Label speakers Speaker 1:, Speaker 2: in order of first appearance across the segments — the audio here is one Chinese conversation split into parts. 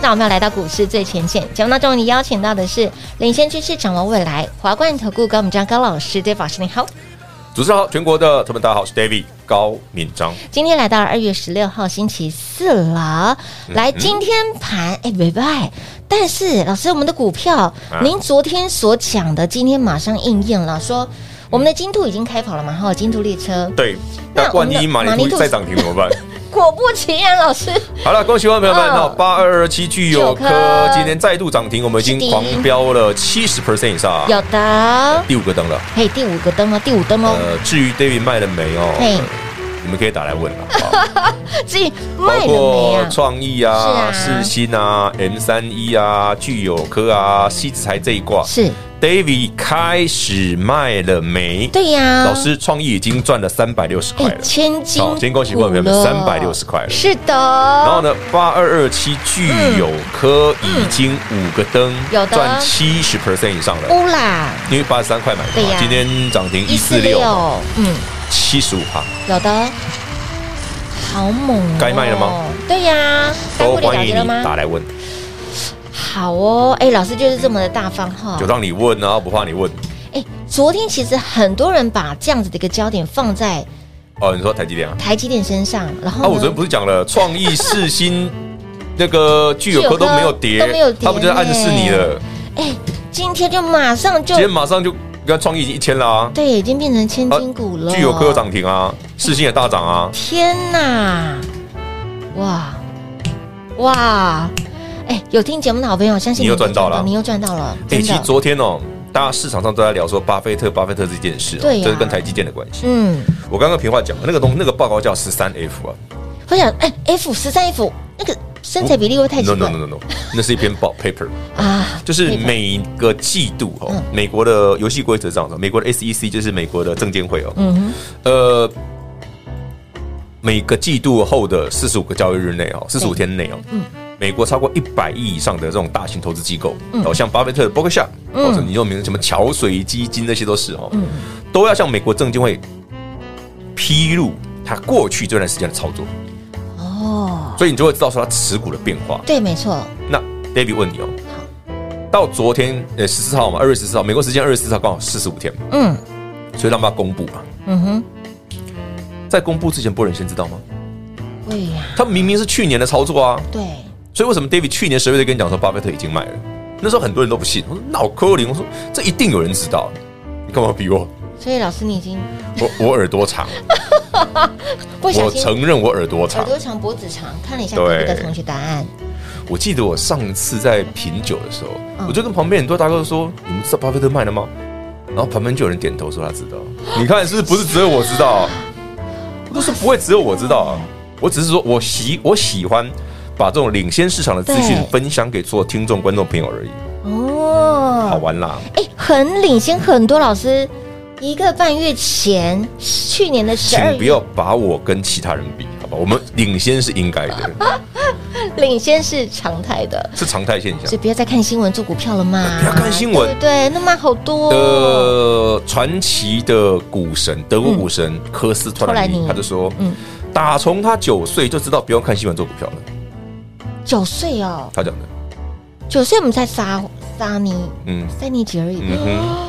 Speaker 1: 那我们要来到股市最前线节目当中，你邀请到的是领先趋势、掌握未来华冠投顾高敏章高老师，David 老师你好，
Speaker 2: 主持人好，全国的朋友们大家好，我是 David 高敏章。
Speaker 1: 今天来到二月十六号星期四了，嗯、来今天盘哎拜拜，但是老师我们的股票，啊、您昨天所讲的今天马上应验了，说。我们的金兔已经开跑了嘛？哈，金兔列车。
Speaker 2: 对，那万一马尼兔再涨停怎么办？
Speaker 1: 果不其然，老师。
Speaker 2: 好了，恭喜观众朋友 们，那八二二七具哦有科今天再度涨停，我们已经狂飙了七十 percent 以上。
Speaker 1: 有的，
Speaker 2: 第五个灯了。
Speaker 1: 嘿，第五个灯哦，第五灯哦。
Speaker 2: 呃，至于 David 卖了没哦？嘿，你们可以打来问
Speaker 1: 了。至于卖了
Speaker 2: 没啊？创意啊，世新啊，M 三一啊，具有科啊，西子材这一挂
Speaker 1: 是。
Speaker 2: David 开始卖了没？
Speaker 1: 对呀、啊，
Speaker 2: 老师创意已经赚了三百六十块了，
Speaker 1: 千金。
Speaker 2: 好，今天恭喜朋友们三百六十块了。
Speaker 1: 是的。
Speaker 2: 然后呢，八二二七聚友科已经五个灯，
Speaker 1: 嗯有的哦
Speaker 2: 赚七十 percent 以上了。
Speaker 1: 乌啦，
Speaker 2: 因为八十三块买的嘛，今天涨停一四六，嗯，七十五趴，
Speaker 1: 有的。好猛！哦
Speaker 2: 该卖了吗？
Speaker 1: 对呀，
Speaker 2: 都欢迎你打来问。
Speaker 1: 好哦，哎、欸，老师就是这么的大方哈，
Speaker 2: 就让你问啊，不怕你问。
Speaker 1: 哎、欸，昨天其实很多人把这样子的一个焦点放在
Speaker 2: 哦，你说台积电啊，
Speaker 1: 台积电身上，然后
Speaker 2: 啊，我昨天不是讲了创意、世新 那个具有科都没有跌，
Speaker 1: 都没有跌，
Speaker 2: 他不就在暗示你了？
Speaker 1: 哎、欸，今天就马上就，
Speaker 2: 今天马上就。跟创意已经一千了啊！
Speaker 1: 对，已经变成千金股了。
Speaker 2: 具有科涨停啊，世新也大涨啊！
Speaker 1: 天哪，哇哇！哎，有听节目的好朋友，相信
Speaker 2: 你又赚到了，
Speaker 1: 你又赚到了。
Speaker 2: 哎，其实昨天哦，大家市场上都在聊说巴菲特，巴菲特这件事，哦
Speaker 1: 对，
Speaker 2: 这是跟台积电的关系。嗯，我刚刚平话讲，那个东那个报告叫十三 F 啊。
Speaker 1: 我想，哎，F 十三 F 那个身
Speaker 2: 哦
Speaker 1: 材比例会太
Speaker 2: ？No No No No No，那是一篇报 paper 啊，就是每个季度哦，
Speaker 1: 嗯
Speaker 2: 美国的游戏规则这样的，哦美国的 SEC 就是美国的证监会哦，嗯，呃。每个季度后的四十五个交易日内哦，四十五天内哦，嗯，美国超过一百亿以上的这种大型投资机构，哦，像巴菲特的 Berkshire，或者你用名什么桥水基金那些都是哦，都要向美国证监会披露他过去这段时间的操作。哦，所以你就会知道说他持股的变化。
Speaker 1: 对，没错。
Speaker 2: 那 David 问你哦，到昨天呃十四号嘛，二月十四号，美国时间二月十四号刚好四十五天，嗯，所以让他公布嘛，嗯哼。在公布之前，波人先知道吗？
Speaker 1: 对呀、啊，
Speaker 2: 他明明是去年的操作啊。
Speaker 1: 对，
Speaker 2: 所以为什么 David 去年十月就跟你讲说巴菲特已经卖了？那时候很多人都不信，我说脑壳灵，我说这一定有人知道，你干嘛逼我？
Speaker 1: 所以老师你已经
Speaker 2: 我我耳朵长，
Speaker 1: 不小
Speaker 2: 我
Speaker 1: 心
Speaker 2: 承认我耳朵
Speaker 1: 耳
Speaker 2: 长。
Speaker 1: 朵长脖子长，看了一下隔壁的
Speaker 2: 对
Speaker 1: 同学答案，
Speaker 2: 我记得我上次在品酒的时候，
Speaker 1: 嗯
Speaker 2: 我就跟旁边很多大哥说：“你们知道巴菲特卖了吗？”然后旁边就有人点头说他知道。你看是不是不是只有我知道？啊不是不会只有我知道啊，我只是说我喜我喜欢把这种领先市场的资讯
Speaker 1: 对
Speaker 2: 分享给所有听众观众朋友而已，
Speaker 1: 哦，
Speaker 2: 好玩啦。
Speaker 1: 哎、很领先很多老师。一个半月前，去年的十二
Speaker 2: 请不
Speaker 1: 月，
Speaker 2: 要把我跟其他人比，好吧？我们领先是应该的，
Speaker 1: 领先是常态的，
Speaker 2: 是常态现
Speaker 1: 所以
Speaker 2: 象。
Speaker 1: 不要再看新闻做股票了嘛，
Speaker 2: 不要看新闻
Speaker 1: 对不对？那么好多、
Speaker 2: 呃，传奇的股神，德国股神科斯托兰
Speaker 1: 托兰
Speaker 2: 尼，
Speaker 1: 尼
Speaker 2: 他就说
Speaker 1: 嗯，
Speaker 2: 打从他九岁就知道不用看新闻做股票了。
Speaker 1: 九岁哦，
Speaker 2: 他讲的，
Speaker 1: 九岁我们才撒撒你
Speaker 2: 嗯
Speaker 1: 三年级而已，
Speaker 2: 嗯哼，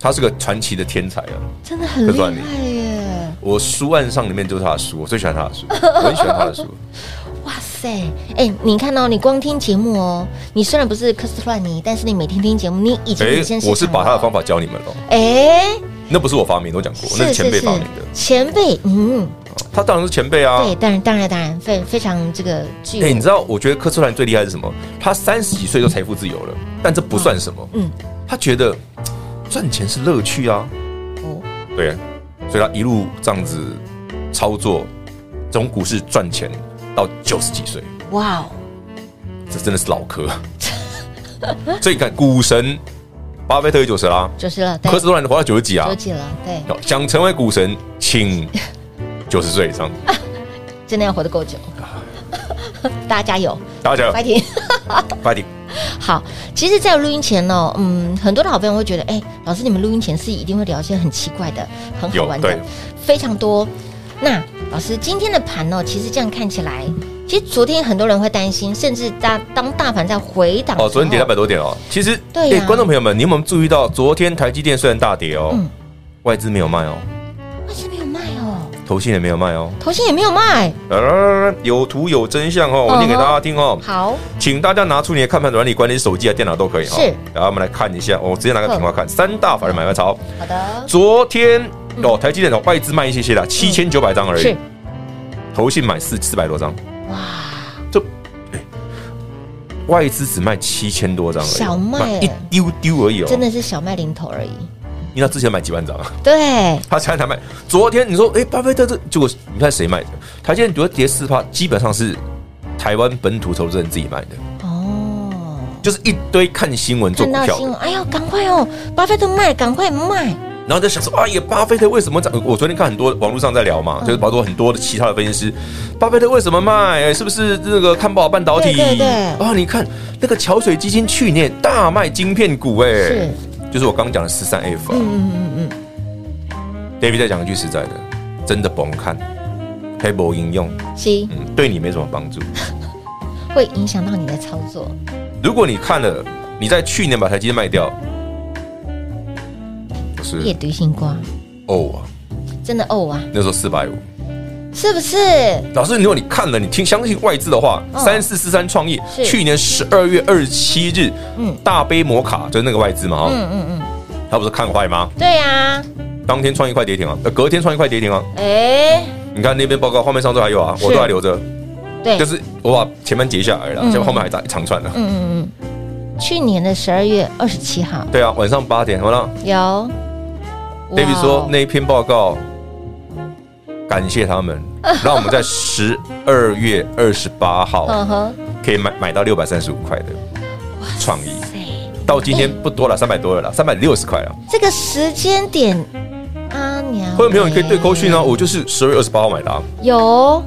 Speaker 2: 他是个传奇的天才啊！
Speaker 1: 真的很
Speaker 2: 这
Speaker 1: 厉
Speaker 2: 段你
Speaker 1: 害耶！
Speaker 2: 我书案上里面就是他的书，我最喜欢他 的书，我很喜欢他的书。
Speaker 1: 哇塞，哎、你看哦，你光听节目哦，你虽然不是科斯托兰尼，但是你每天听节目，你已经
Speaker 2: 哎
Speaker 1: 领先、，
Speaker 2: 我是把他的方
Speaker 1: 法，
Speaker 2: 法教你们了，
Speaker 1: 哎、
Speaker 2: 那不是我发明的，我讲过，那是前辈发明的。
Speaker 1: 前辈，嗯，
Speaker 2: 他当然是前辈啊。
Speaker 1: 对，当然，当然，当然，非非常这个具有，
Speaker 2: 哎、你知道，我觉得科斯兰最厉害是什么？他三十几岁就财富自由了，但这不算什么。
Speaker 1: 嗯
Speaker 2: 他觉得嘖赚钱是乐趣啊，
Speaker 1: 哦，
Speaker 2: 对，所以他一路这样子操作，从股市赚钱到九十几岁，
Speaker 1: 哇哦，
Speaker 2: 这真的是老 科。所以你看，股神巴菲特也九十啦，
Speaker 1: 就是了，对
Speaker 2: 科，斯兰活到九十几啊
Speaker 1: 九。几了，对，
Speaker 2: 好想成为股神，请九十岁以上，
Speaker 1: 真的要活得 够久，大家加油，
Speaker 2: 大 家加油
Speaker 1: 快点！
Speaker 2: 快点！
Speaker 1: 好，其实，在录音前呢、嗯，很多的好朋友会觉得，哎、老师，你们录音前是一定会聊一些很奇怪的、很好玩
Speaker 2: 有
Speaker 1: 的
Speaker 2: 对，
Speaker 1: 非常多。那老师今天的盘呢、其实这样看起来，其实昨天很多人会担心，甚至大当大盘在回档
Speaker 2: 哦，昨天跌
Speaker 1: 的时
Speaker 2: 两
Speaker 1: 候
Speaker 2: 百多点哦。其实，
Speaker 1: 对呀
Speaker 2: 哎观众朋友们，你有没有注意到，昨天台积电虽然大跌哦，
Speaker 1: 嗯
Speaker 2: 外资没有卖哦，
Speaker 1: 外资没有卖哦，
Speaker 2: 投信也没有卖哦。
Speaker 1: 头信也没有卖。
Speaker 2: 呃，有图有真相哦，我念给大家听哦。
Speaker 1: 嗯好，
Speaker 2: 请大家拿出你的看盘软体，管理手机啊、电脑都可以哈、
Speaker 1: 是嗯
Speaker 2: 哦。然后我们来看一下，我、直接拿个平花看，三大法人买卖潮。
Speaker 1: 好的，
Speaker 2: 昨天哦，台积电哦，外资卖一些些啦，七千九百张而
Speaker 1: 嗯
Speaker 2: 已
Speaker 1: 是，
Speaker 2: 投信买四四百多张，
Speaker 1: 哇，
Speaker 2: 这、哎外资只卖七千多张而已，
Speaker 1: 小卖
Speaker 2: 买一丢丢而已哦。
Speaker 1: 真的是小卖零头而已。
Speaker 2: 因为他之前买几万张啊，
Speaker 1: 对，
Speaker 2: 他现在才卖。昨天你说，哎、巴菲特这结果你看谁卖的？台积电昨天跌四趴，基本上是台湾本土投资人自己卖的，
Speaker 1: 哦，
Speaker 2: 就是一堆看新闻做
Speaker 1: 看
Speaker 2: 股
Speaker 1: 到
Speaker 2: 票
Speaker 1: 新
Speaker 2: 的
Speaker 1: 闻，，哎呦，赶快哦，巴菲特卖，赶快卖。
Speaker 2: 然后在想说，哎呀，巴菲特为什么涨？我昨天看很多网络上在聊嘛，
Speaker 1: 嗯
Speaker 2: 就是包括很多的其他的分析师，巴菲特为什么卖？哎是不是那个看不好半导体？
Speaker 1: 对对对
Speaker 2: 啊，你看那个桥水基金去年大卖晶片股、
Speaker 1: 是
Speaker 2: 哎，就是我刚讲的十三 F 啊。
Speaker 1: 嗯嗯嗯
Speaker 2: ，David 再讲一句实在的，真的甭看，黑博应用，
Speaker 1: 嗯，七
Speaker 2: 嗯，对你没什么帮助。
Speaker 1: 会影响到你的操作。
Speaker 2: 如果你看了，你在去年把台积电卖掉，不
Speaker 1: 夜
Speaker 2: 是
Speaker 1: 读星光，
Speaker 2: 哦啊，
Speaker 1: 真的哦啊，
Speaker 2: 那时候四百五。
Speaker 1: 是不是？
Speaker 2: 老师，如果你看了，你听相信外资的话，
Speaker 1: 嗯
Speaker 2: 三四四三创业
Speaker 1: 是
Speaker 2: 去年十二月二十七日，
Speaker 1: 嗯
Speaker 2: 大杯摩卡就是那个外资嘛，哦，
Speaker 1: 嗯嗯嗯，
Speaker 2: 他不是看坏吗？
Speaker 1: 对呀、啊，
Speaker 2: 当天创一块跌停啊，呃，隔天创一块跌停啊，
Speaker 1: 哎，
Speaker 2: 你看那边报告画面上都还有啊，
Speaker 1: 是
Speaker 2: 我都还留着，
Speaker 1: 对，
Speaker 2: 就是我把前面截下来了，
Speaker 1: 嗯
Speaker 2: 现在后面还一长串呢。
Speaker 1: 嗯嗯嗯，去年的十二月二十七号
Speaker 2: 对啊，晚上八点，完了
Speaker 1: 有。哇哦
Speaker 2: ，David 说那一篇报告，感谢他 们，让我们在十二月二十八号
Speaker 1: 呵呵，
Speaker 2: 可以买买到六百三十五块的创意。
Speaker 1: 对，
Speaker 2: 到今天不多了，三百多了啦，三百六十块了。
Speaker 1: 这个时间点，阿娘，哎
Speaker 2: 会员朋友，你可以对扣讯啊，
Speaker 1: 嗯
Speaker 2: 我就是十月二十八号买的啊。
Speaker 1: 有。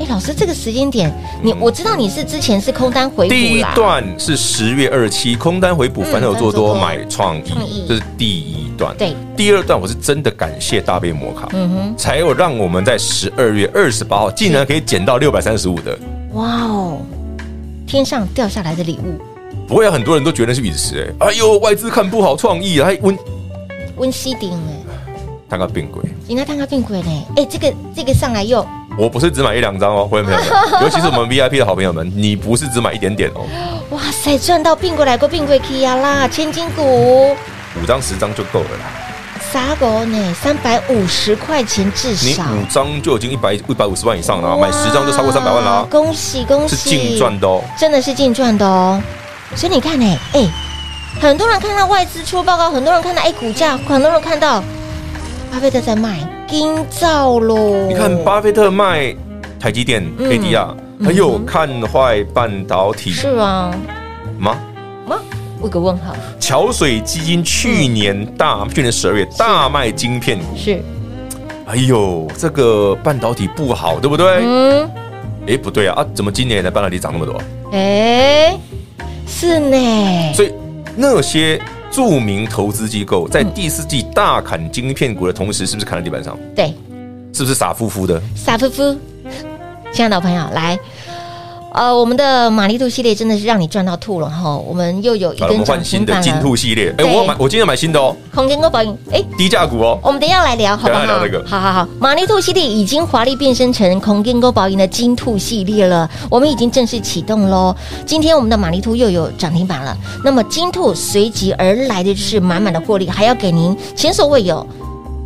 Speaker 1: 哎，老师，这个时间点，你我知道你是之前是空单回补啦，
Speaker 2: 嗯第一段是十月二十七，空单回补，
Speaker 1: 嗯
Speaker 2: 反手做
Speaker 1: 反手做
Speaker 2: 多
Speaker 1: 多
Speaker 2: 买创
Speaker 1: 创
Speaker 2: 意
Speaker 1: 意，
Speaker 2: 这是第一段。
Speaker 1: 对，
Speaker 2: 第二段我是真的感谢大杯摩卡，
Speaker 1: 嗯哼，
Speaker 2: 才有让我们在十二月二十八号竟然可以捡到六百三十五的。
Speaker 1: 哇哦，天上掉下来的礼物，
Speaker 2: 不会啊，很多人都觉得是陨石哎、哎呦，外资看不好创意，还温
Speaker 1: 温西顶哎。
Speaker 2: 他个病鬼。
Speaker 1: 人家蛋糕变贵嘞，哎、这个这个上来用，
Speaker 2: 我不是只买一两张哦，会员朋 友们，尤其是我们 VIP 的好朋友们，你不是只买一点点哦，
Speaker 1: 哇塞，赚到并过来过并过去呀啦，千金股
Speaker 2: 五张十张就够了啦。
Speaker 1: 傻狗呢，三百五十块钱至
Speaker 2: 你
Speaker 1: 少，
Speaker 2: 五张就已经一百一百五十万以上了啊，
Speaker 1: 啊哇
Speaker 2: 买十张就超过三百万了啊，
Speaker 1: 恭喜恭喜，
Speaker 2: 是净赚的哦。
Speaker 1: 真的是净赚的哦。所以你看呢、哎、很多人看到外资出报告，很多人看到哎、股价，很多人看到巴菲特在卖金造喽。
Speaker 2: 你看巴菲特卖台积电、
Speaker 1: 嗯
Speaker 2: ADR，还有哎看坏半导体
Speaker 1: 是啊，
Speaker 2: 吗？
Speaker 1: 吗？问个问号
Speaker 2: 桥水基金去年大，去年十二月大卖晶片股，
Speaker 1: 是
Speaker 2: 哎呦，这个半导体不好，对不对？
Speaker 1: 嗯
Speaker 2: 哎、不对啊，啊，怎么今年的半导体涨那么多？
Speaker 1: 哎、是呢，
Speaker 2: 所以那些著名投资机构在第四季大砍晶片股的同时，是不是砍在地板上？
Speaker 1: 对，
Speaker 2: 是不是傻乎乎的？
Speaker 1: 傻乎乎，亲爱的朋友来。呃，我们的玛丽兔系列真的是让你赚到吐了哈！我们又有一
Speaker 2: 好了，我
Speaker 1: 根
Speaker 2: 们
Speaker 1: 涨
Speaker 2: 换新
Speaker 1: 停
Speaker 2: 的
Speaker 1: 板
Speaker 2: 金
Speaker 1: 了，
Speaker 2: 兔系列。哎、
Speaker 1: 对
Speaker 2: 我买，我今天买新的哦，
Speaker 1: 空间够保赢。哎，
Speaker 2: 低价股哦。
Speaker 1: 我们等一下来聊，好不好？
Speaker 2: 等一下来聊那个
Speaker 1: 好好好，玛丽兔系列已经华丽变身成空间够保赢的金兔系列了，我们已经正式启动喽。今天我们的玛丽兔又有涨停板了，那么金兔随即而来的就是满满的获利，还要给您前所未有。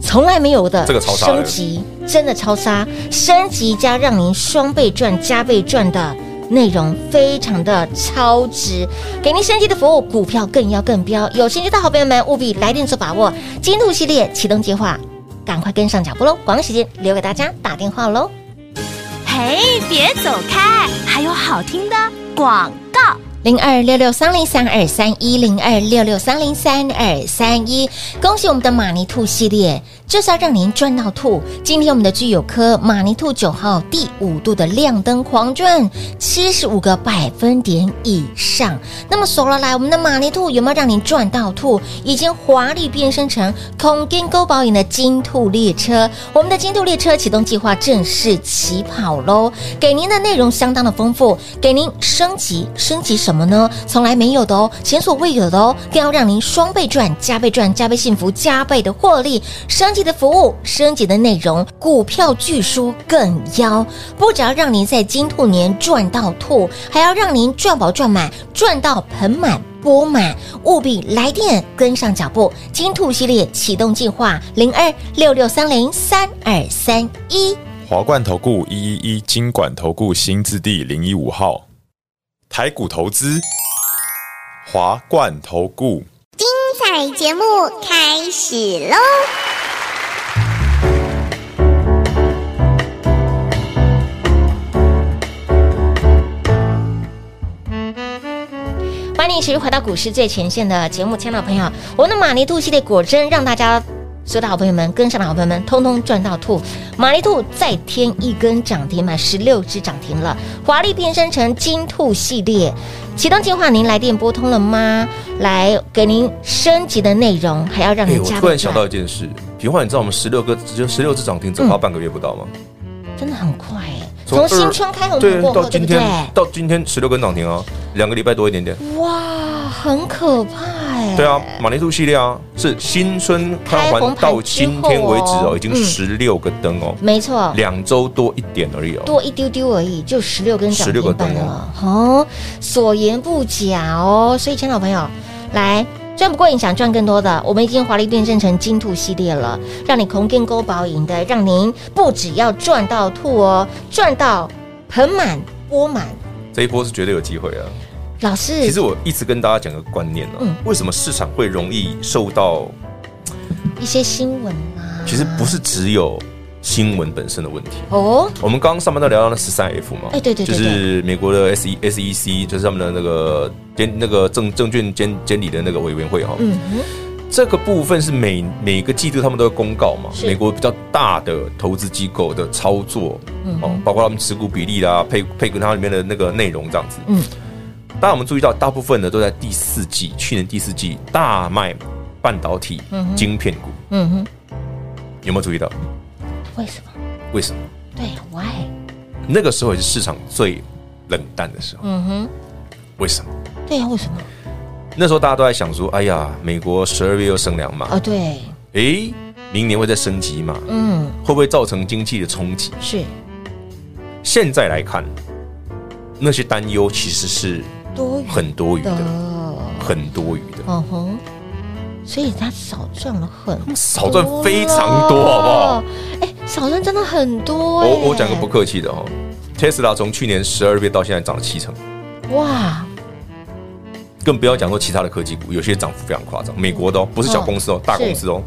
Speaker 1: 从来没有的
Speaker 2: 这个超杀的
Speaker 1: 升级，真的超杀，升级加让您双倍赚、加倍赚的内容，非常的超值，给您升级的服务，股票更要更标。有兴趣的好朋友们，务必来电做把握，金兔系列启动计划，赶快跟上脚步喽！广告时间留给大家打电话喽。
Speaker 3: 嘿，别走开，还有好听的广告。
Speaker 1: 零二六六三零三二三一零二六六三零三二三一，恭喜我们的马尼兔系列，就是要让您赚到吐。今天我们的聚友科马尼兔九号第五度的亮灯狂赚七十五个百分点以上。那么说了来，我们的马尼兔有没有让您赚到吐？已经华丽变身成空间勾保影的金兔列车，我们的金兔列车启动计划正式起跑喽！给您的内容相当的丰富，给您升级，升级什么呢？从来没有的哦，前所未有的哦，更要让您双倍赚、加倍赚、加倍幸福、加倍的获利。升级的服务，升级的内容，股票据说更妖，不只要让您在金兔年赚到吐，还要让您赚饱赚满，赚到盆满。拨满，务必来电跟上脚步。金兔系列启动计划零二六六三零三二三一。
Speaker 4: 华冠投顾一一一金管投顾新字第零一五号，台股投资，华冠投顾。
Speaker 5: 彩节目开始喽！
Speaker 1: 欢迎你持续回到股市最前线的节目，亲爱的朋友，我们的马尼兔系列果真让大家。所有的好朋友们，跟上的好朋友们，通通赚到吐！马尼兔再添一根涨停板，十六只涨停了，华丽变身成金兔系列启动计划，您来电拨通了吗？来给您升级的内容，还要让
Speaker 2: 哎、
Speaker 1: 您
Speaker 2: 我
Speaker 1: 加倍、
Speaker 2: 突然想到一件事，平花，你知道我们十六个只有十六只涨停，
Speaker 1: 嗯
Speaker 2: 只花半个月不到吗？
Speaker 1: 真的很快哎，
Speaker 2: 从
Speaker 1: 从新
Speaker 2: 二
Speaker 1: 春开红
Speaker 2: 对，
Speaker 1: 过
Speaker 2: 到
Speaker 1: 后，对
Speaker 2: 今
Speaker 1: 不对嗯
Speaker 2: 天？到今天十六根涨停啊，两个礼拜多一点点。
Speaker 1: 哇，很可怕哎！
Speaker 2: 对啊，马铃薯系列啊，是新春
Speaker 1: 开
Speaker 2: 开
Speaker 1: 红
Speaker 2: 环
Speaker 1: 盘
Speaker 2: 到今天为止
Speaker 1: 之后
Speaker 2: 哦
Speaker 1: 哦，
Speaker 2: 已经
Speaker 1: 嗯
Speaker 2: 十六个灯哦，
Speaker 1: 没错，
Speaker 2: 两周多一点而已哦。
Speaker 1: 多一丢丢而已，就十六根涨
Speaker 2: 16
Speaker 1: 停
Speaker 2: 个
Speaker 1: 板
Speaker 2: 灯
Speaker 1: 了，哦，所言不假哦。所以，亲爱的朋友，来赚不过瘾，想赚更多的，我们已经华丽变身成金兔系列了，让你空更勾保赢的，让您不只要赚到兔哦，赚到盆满钵满。
Speaker 2: 这一波是绝对有机会啊。
Speaker 1: 老师，
Speaker 2: 其实我一直跟大家讲个观念
Speaker 1: 嗯
Speaker 2: 啊，为什么市场会容易受到？
Speaker 1: 一些新闻啊，
Speaker 2: 其实不是只有新闻本身的问题。
Speaker 1: 哦，
Speaker 2: 我们刚刚上半段聊到那十三 F 嘛，
Speaker 1: 哎对对对
Speaker 2: 就是美国的 S E S E C，就是他们的那个监那个证证券监监理的那个委员会哈、
Speaker 1: 嗯哼，
Speaker 2: 这个部分是每每个季度他们都会公告嘛，
Speaker 1: 是
Speaker 2: 美国比较大的投资机构的操作，
Speaker 1: 嗯
Speaker 2: 哦，包括他们持股比例啦，配配股它里面的那个内容这样子。
Speaker 1: 嗯，
Speaker 2: 当然我们注意到，大部分呢都在第四季，去年第四季大卖半导体、晶片股，
Speaker 1: 嗯哼，
Speaker 2: 有没有注意到？
Speaker 1: 为什么？
Speaker 2: 为什么？
Speaker 1: 对，why？
Speaker 2: 那个时候也是市场最冷淡的时候，
Speaker 1: 嗯哼，
Speaker 2: 为什么？
Speaker 1: 对呀、为什么？
Speaker 2: 那时候大家都在想说，哎呀，美国十二月又升两码，
Speaker 1: 哦，对，
Speaker 2: 诶、明年会再升级嘛？
Speaker 1: 嗯，
Speaker 2: 会不会造成经济的冲击？
Speaker 1: 是
Speaker 2: 现在来看，那些担忧其实是
Speaker 1: 多余
Speaker 2: 很多余
Speaker 1: 的哦
Speaker 2: 的，，很多余的。
Speaker 1: 嗯哼，所以他少赚了很多，
Speaker 2: 少赚非常多，好不好？？
Speaker 1: 哎、少赚真的很多、哎
Speaker 2: 我我讲个不客气的哦，Tesla 从去年十二月到现在涨了七成，
Speaker 1: 哇，
Speaker 2: 更不要讲说其他的科技股，有些涨幅非常夸张，美国的哦，不是小公司哦，大公司哦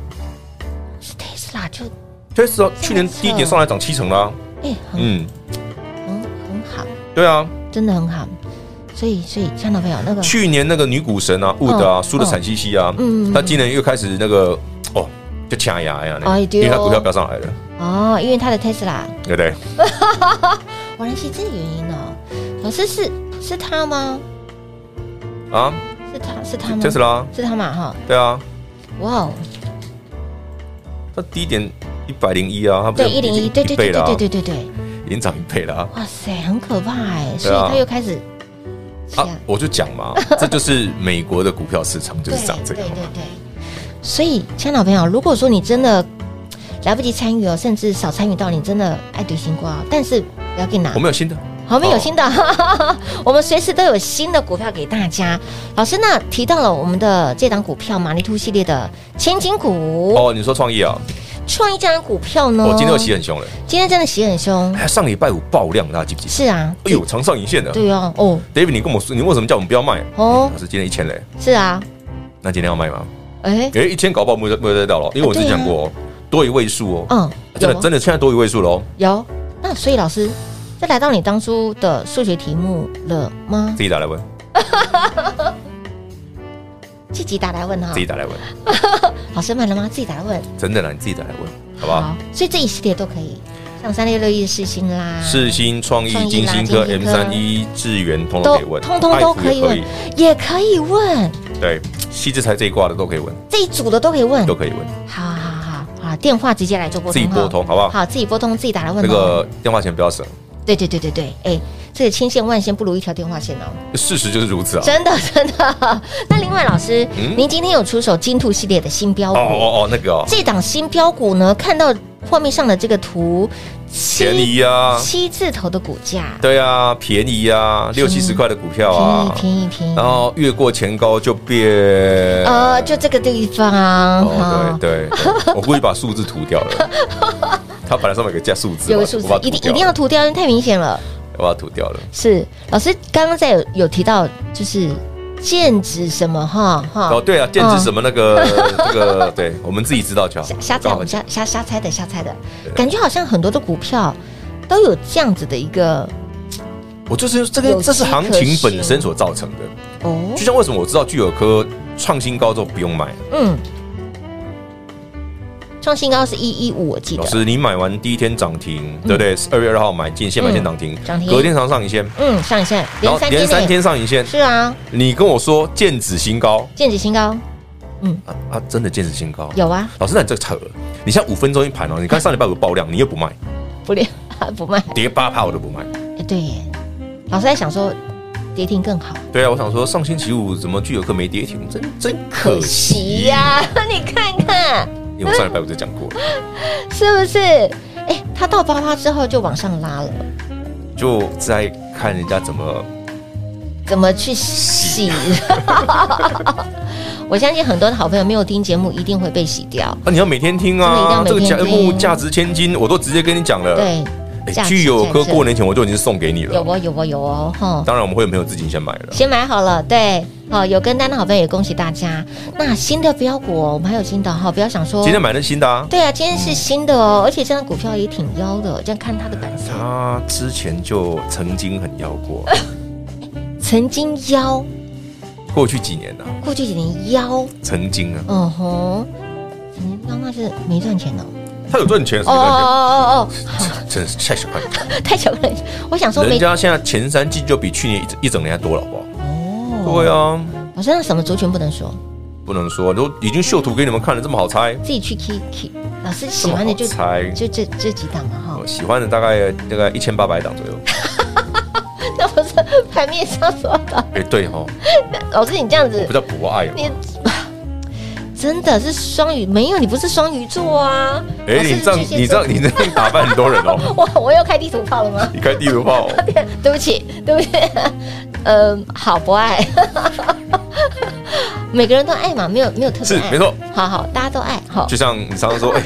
Speaker 1: 是 Tesla 就
Speaker 2: ，Tesla 去年低点上来涨七成啦，
Speaker 1: 哎、很、
Speaker 2: 嗯，
Speaker 1: 很很好，
Speaker 2: 对啊，
Speaker 1: 真的很好。所以所以，看到没有那个
Speaker 2: 去年那个女股神啊，Wood 啊，输的惨兮兮啊，
Speaker 1: 嗯嗯嗯嗯
Speaker 2: 那今年又开始那个哦，就掐牙呀，
Speaker 1: 哎
Speaker 2: 因
Speaker 1: 对哦
Speaker 2: 为它股票飙上来了，
Speaker 1: 哦，因为他的 Tesla，
Speaker 2: 对不对？
Speaker 1: 我来是这个原因哦。老师是是他吗？
Speaker 2: 啊
Speaker 1: 是他是他吗？
Speaker 2: ，Tesla，
Speaker 1: 是他嘛哈？
Speaker 2: 对啊，
Speaker 1: 哇哦，
Speaker 2: 它低点一百零一啊，它不是
Speaker 1: 对一零
Speaker 2: 已经
Speaker 1: 一，对对
Speaker 2: 倍
Speaker 1: 对
Speaker 2: 了啊
Speaker 1: 对对对对，
Speaker 2: 已经涨一倍了啊。
Speaker 1: 哇塞，很可怕哎！所
Speaker 2: 对啊
Speaker 1: 以他又开始
Speaker 2: 啊，我就讲 嘛，这就是美国的股票市场就是长这
Speaker 1: 对
Speaker 2: 样
Speaker 1: 对
Speaker 2: 嘛。
Speaker 1: 对。所以，亲爱的朋友，如果说你真的来不及参与哦，甚至少参与到你真的爱读新瓜，但是不要给拿
Speaker 2: 我，们有新的，
Speaker 1: 我们有
Speaker 2: 哦
Speaker 1: 新的， 我们随时都有新的股票给大家。老师，那提到了我们的这档股票马尼兔系列的千金股，
Speaker 2: 哦，你说创意啊？
Speaker 1: 创意这档股票呢？
Speaker 2: 哦，今天又洗很凶了，
Speaker 1: 今天真的洗很凶，
Speaker 2: 哎，上礼拜五爆量，大家记不记得？
Speaker 1: 是啊，
Speaker 2: 哎呦，长上影线的。
Speaker 1: 对哦，哦
Speaker 2: David，你跟我说，你为什么叫我们不要卖？
Speaker 1: 哦
Speaker 2: 老师今天一千嘞，
Speaker 1: 是啊，
Speaker 2: 那今天要卖吗？
Speaker 1: 哎，
Speaker 2: 哎，一千搞不好没有没有再到了，因为我之前讲过哦，多一位数哦，
Speaker 1: 啊嗯，
Speaker 2: 真的
Speaker 1: 有
Speaker 2: 真的现在多一位数了哦，
Speaker 1: 有。那所以老师，再来到你当初的数学题目了吗？
Speaker 2: 自己打来问，
Speaker 1: 啊自己打来问哈
Speaker 2: 自，己打来问，
Speaker 1: 啊老师买了吗？自己打来问，
Speaker 2: 真的啦，你自己打来问，好不好？，
Speaker 1: 所以这一系列都可以，像三六六一世新啦，
Speaker 2: 世新、创意
Speaker 1: 创、意
Speaker 2: 金
Speaker 1: 啦
Speaker 2: 星科、
Speaker 1: 金星
Speaker 2: M
Speaker 1: 科
Speaker 2: 三一、智源，通通
Speaker 1: 都
Speaker 2: 可以问，
Speaker 1: 通通
Speaker 2: 爱
Speaker 1: 都
Speaker 2: 普
Speaker 1: 可以
Speaker 2: 也
Speaker 1: 问，也可以问，
Speaker 2: 对，西制裁这一挂的都可以问，
Speaker 1: 这一组的都可以问
Speaker 2: 都，可以问。
Speaker 1: 好好好好好，电话直接来做嗯拨通，
Speaker 2: 自己拨通好不好
Speaker 1: 好，自己拨通，自己打来问
Speaker 2: 那
Speaker 1: 哦。
Speaker 2: 个电话钱不要省，
Speaker 1: 对对对对对，哎，这个千线万线不如一条电话线哦，
Speaker 2: 事实就是如此啊。
Speaker 1: 真的真的。 那另外老师，
Speaker 2: 嗯
Speaker 1: 您今天有出手金兔系列的新标
Speaker 2: 哦
Speaker 1: 股，
Speaker 2: 哦哦，那个哦，
Speaker 1: 这档新标股呢，看到画面上的这个图，
Speaker 2: 便宜啊，
Speaker 1: 七字头的股价，
Speaker 2: 对啊，便宜啊，六七十块的股票
Speaker 1: 便宜
Speaker 2: 啊，
Speaker 1: 便宜便宜
Speaker 2: 然。后越过前高就变，
Speaker 1: 呃，就这个地方
Speaker 2: 哦
Speaker 1: 哈，，
Speaker 2: 对对 对，我故意把数字涂掉了。它本来上面有个加数字嘛，
Speaker 1: 有个数字
Speaker 2: 我把它涂
Speaker 1: 一定
Speaker 2: 掉
Speaker 1: 一定要
Speaker 2: 了，
Speaker 1: 涂掉，因为太明显了。
Speaker 2: 我把它涂掉了。
Speaker 1: 是老师刚刚在有有提到，就是剑指什么哈
Speaker 2: 哦，
Speaker 1: 哈，
Speaker 2: 对啊，剑指什么那个 这个，对我们自己知道就好
Speaker 1: 瞎。瞎猜，我们
Speaker 2: 家
Speaker 1: 瞎瞎瞎猜的瞎猜的
Speaker 2: 对，
Speaker 1: 感觉好像很多的股票都有这样子的一个
Speaker 2: 我就是这
Speaker 1: 有
Speaker 2: 个，
Speaker 1: 迹
Speaker 2: 这是行
Speaker 1: 可
Speaker 2: 情
Speaker 1: 循
Speaker 2: 本身所造成的。
Speaker 1: 哦
Speaker 2: 就，像为什么我知道聚友科创新高之后不用买，
Speaker 1: 嗯，创新高是一一五，我记
Speaker 2: 老
Speaker 1: 得，嗯
Speaker 2: 师，你买完第一天涨停，对不对？二月二号买进，现买现涨停，
Speaker 1: 涨停
Speaker 2: 隔天长上影线，
Speaker 1: 嗯，上一线连三
Speaker 2: 连
Speaker 1: 天
Speaker 2: 三
Speaker 1: 内
Speaker 2: 天上影线。
Speaker 1: 是啊，
Speaker 2: 你跟我说剑指新高
Speaker 1: 剑指新高
Speaker 2: 啊啊，真的剑指新高？
Speaker 1: 有啊，
Speaker 2: 老师，那你这个扯了，你现在五分钟一盘哦，你看上礼拜有爆量，你又不卖，
Speaker 1: 不连 不卖，
Speaker 2: 跌八趴我都不卖。
Speaker 1: 哎对耶，老师在想说跌停更好。
Speaker 2: 对啊，我想说上星期五怎么聚友科没跌停，真真可
Speaker 1: 可
Speaker 2: 惜啊
Speaker 1: 惜呀、 你看看
Speaker 2: 因为我上礼拜我就讲过了，
Speaker 1: 是不是？哎，它到八八之后就往上拉了，
Speaker 2: 就在看人家怎么
Speaker 1: 怎么去洗？ 我相信很多的好朋友没有听节目，一定会被洗掉。
Speaker 2: 啊，你要每天听啊，这
Speaker 1: 真的
Speaker 2: 个
Speaker 1: 一定要每天
Speaker 2: 节目
Speaker 1: 听
Speaker 2: 价值千金，我都直接跟你讲了。
Speaker 1: 对，
Speaker 2: 哎，
Speaker 1: 价值
Speaker 2: 聚友科
Speaker 1: 战争
Speaker 2: 过年前我就已经送给你
Speaker 1: 有
Speaker 2: 了。
Speaker 1: 哦，有哦，有哦，哈。
Speaker 2: 当然，我们会有朋友自己先买了。
Speaker 1: 先买好了，对，好有跟单的好朋友也恭喜大家。那新的标股哦，我们还有新的哈，不要想说
Speaker 2: 今，天买的新的啊，
Speaker 1: 对啊，今天是新的哦，而且这张股票也挺妖的，这样看它的
Speaker 2: 嗯
Speaker 1: 本身，
Speaker 2: 他之前就曾经很妖过，
Speaker 1: 曾经妖，
Speaker 2: 过去几年呢、啊，
Speaker 1: 过去几年妖，
Speaker 2: 曾经啊，
Speaker 1: 嗯哼，曾经妖那是没赚钱的。
Speaker 2: 他有赚钱，
Speaker 1: 哦
Speaker 2: 什
Speaker 1: 哦
Speaker 2: 么
Speaker 1: 哦哦
Speaker 2: 赚钱？真是太小看你
Speaker 1: 哦，太巧了！我想说
Speaker 2: 了，人
Speaker 1: 没
Speaker 2: 家现在前三季就比去年一整一整年还多了，好不好？
Speaker 1: 哦，
Speaker 2: 对啊，
Speaker 1: 我身上什么族群不能说，
Speaker 2: 不能说都已经秀图给你们看了，这么好猜，
Speaker 1: 自己去 k k 老师喜欢的就
Speaker 2: 这么好猜
Speaker 1: 就这这几档嘛哈
Speaker 2: 我，喜欢的大概大概一千八百档左右。
Speaker 1: 那不是牌面上说的。
Speaker 2: 哎，对哦，
Speaker 1: 老师你这样子
Speaker 2: 不，叫博爱哦嘛。
Speaker 1: 啊你真的是双鱼没有？你不是双鱼座啊？
Speaker 2: 哎，
Speaker 1: 老师
Speaker 2: 你这样
Speaker 1: 是巨蟹座
Speaker 2: 你这样你这样打扮很多人哦，
Speaker 1: 我我又开地图炮了吗？
Speaker 2: 你开地图炮哦，
Speaker 1: 对不起，对不起，嗯，好不爱。 每个人都爱嘛，没有没有特别
Speaker 2: 是
Speaker 1: 爱，
Speaker 2: 没错。
Speaker 1: 好好，大家都爱，好
Speaker 2: 就，像你常常说，哎，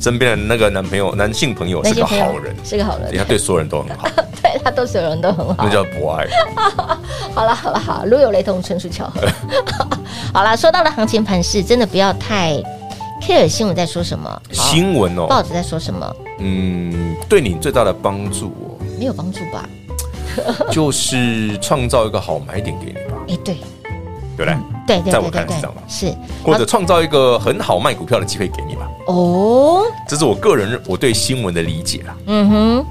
Speaker 2: 身边的那个男朋友、男性朋友
Speaker 1: 那
Speaker 2: 是
Speaker 1: 些
Speaker 2: 个
Speaker 1: 朋友
Speaker 2: 好人，哎
Speaker 1: 是个好人
Speaker 2: 对，他对所有人都很好，
Speaker 1: 对他对所有人都很好
Speaker 2: 那。叫博爱。
Speaker 1: 好了好了好，如有雷同，纯属巧合。 好了，说到了行情盘势，真的不要太 care 新闻在说什么，好
Speaker 2: 新闻
Speaker 1: 报
Speaker 2: 哦，
Speaker 1: 纸在说什么，
Speaker 2: 嗯，对你最大的帮助
Speaker 1: 没有帮助吧？
Speaker 2: 哦， 就是创造一个好买点给你吧，
Speaker 1: 哎，对
Speaker 2: 对不对？
Speaker 1: 对对
Speaker 2: 在
Speaker 1: 对对
Speaker 2: 我看是
Speaker 1: 对
Speaker 2: 这样吧，
Speaker 1: 是呃
Speaker 2: 或者
Speaker 1: 好
Speaker 2: 创造一个很好卖股票的机会给你吧，
Speaker 1: 哦，
Speaker 2: 这是我个人我对新闻的理解啦。
Speaker 1: 嗯哼。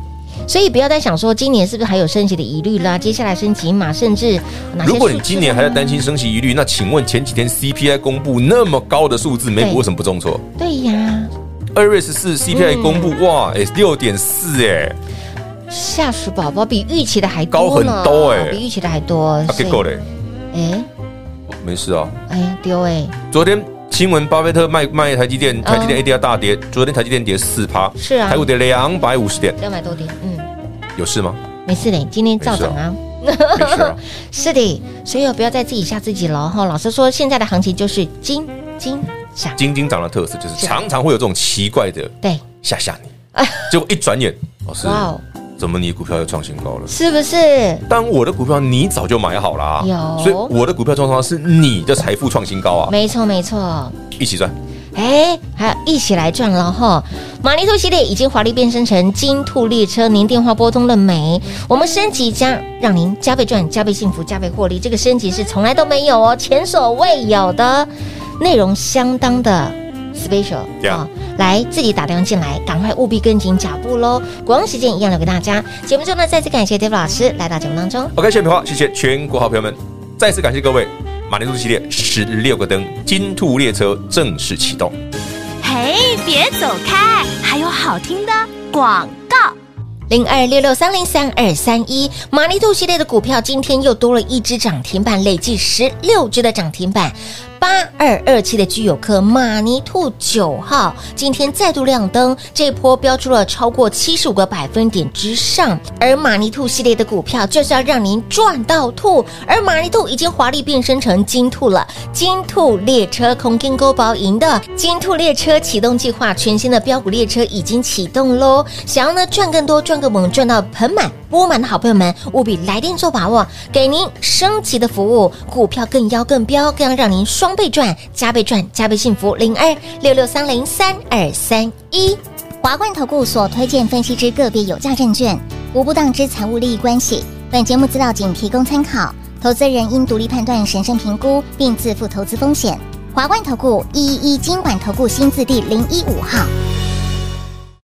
Speaker 1: 所以不要再想说今年是不是还有升级的疑虑啦，接下来升级嘛，甚至哦哪些
Speaker 2: 如果你
Speaker 1: 数字
Speaker 2: 今年还在担心升息疑虑，那请问前几天 CPI 公布那么高的数字，美
Speaker 1: 对
Speaker 2: 股为什么不重挫？
Speaker 1: 嗯对呀，
Speaker 2: 二月十四
Speaker 1: 嗯
Speaker 2: CPI 公布，哇，哎，六点四，哎，
Speaker 1: 下属宝宝比预期的还
Speaker 2: 高
Speaker 1: 多
Speaker 2: 很
Speaker 1: 呢
Speaker 2: 多欸
Speaker 1: 比预期的还多
Speaker 2: 啊，，结
Speaker 1: 所以
Speaker 2: 果嘞，
Speaker 1: 哎
Speaker 2: 没事啊。
Speaker 1: 哎呀丢哎，
Speaker 2: 昨天新闻，巴菲特卖卖台积电，台积电 ADR 大跌，昨天台积电跌四趴，
Speaker 1: 嗯是啊
Speaker 2: 台股跌两百五十点，
Speaker 1: 两百多点，嗯，
Speaker 2: 有事吗？
Speaker 1: 没事嘞，今天照涨啊。
Speaker 2: 没事啊，
Speaker 1: 是的，所以不要再自己吓自己了哈。老师说，现在的行情就是金金涨，
Speaker 2: 金金涨的特色就是常常会有这种奇怪的
Speaker 1: 对，
Speaker 2: 吓吓 你，结果一转眼，老师
Speaker 1: 哇哦，
Speaker 2: 怎么你股票又创新高了？
Speaker 1: 是不是？
Speaker 2: 但我的股票你早就买好了、啊，
Speaker 1: 有
Speaker 2: 所以我的股票创新高是你的财富创新高啊，
Speaker 1: 没错，没错。
Speaker 2: 一起赚。
Speaker 1: 哎，还有一起来赚了哈！马尼兔系列已经华丽变身成金兔列车，您电话拨通了没？我们升级加让您加倍赚、加倍幸福、加倍获利，这个升级是从来都没有哦，前所未有的内容，相当的 special 啊
Speaker 2: Yeah
Speaker 1: 来，自己打电话进来，赶快务必跟紧脚步喽！国王时间一样留给大家。节目中呢，再次感谢 David 老师来到节目当中。
Speaker 2: OK，谢谢平花，谢谢全国好朋友们，再次感谢各位。马铃薯系列十六个灯，金兔列车正式启动。
Speaker 3: 嘿，别走开，还有好听的广告。
Speaker 1: 零二六六三零三二三一，马尼兔系列的股票今天又多了一只涨停板，累计十六只的涨停板。八二二七的居友客马尼兔九号今天再度亮灯，这一波标出了超过七十五个百分点之上。而马尼兔系列的股票就是要让您赚到吐，而马尼兔已经华丽变身成金兔了，金兔列车空间勾包赢的金兔列车启动计划，全新的标股列车已经启动喽。想要呢赚更多、赚更猛、赚到盆满钵满的好朋友们，务必来电做把握，给您升级的服务，股票更妖更标，更要让您双倍赚、加倍赚、加倍幸福。零二六六三零三二三一。
Speaker 5: 华冠投顾所推荐分析之个别有价证券，无不当之财务利益关系。本节目资料仅提供参考，投资人应独立判断、审慎评估，并自负投资风险。华冠投顾一一一金管投顾新字第零一五号。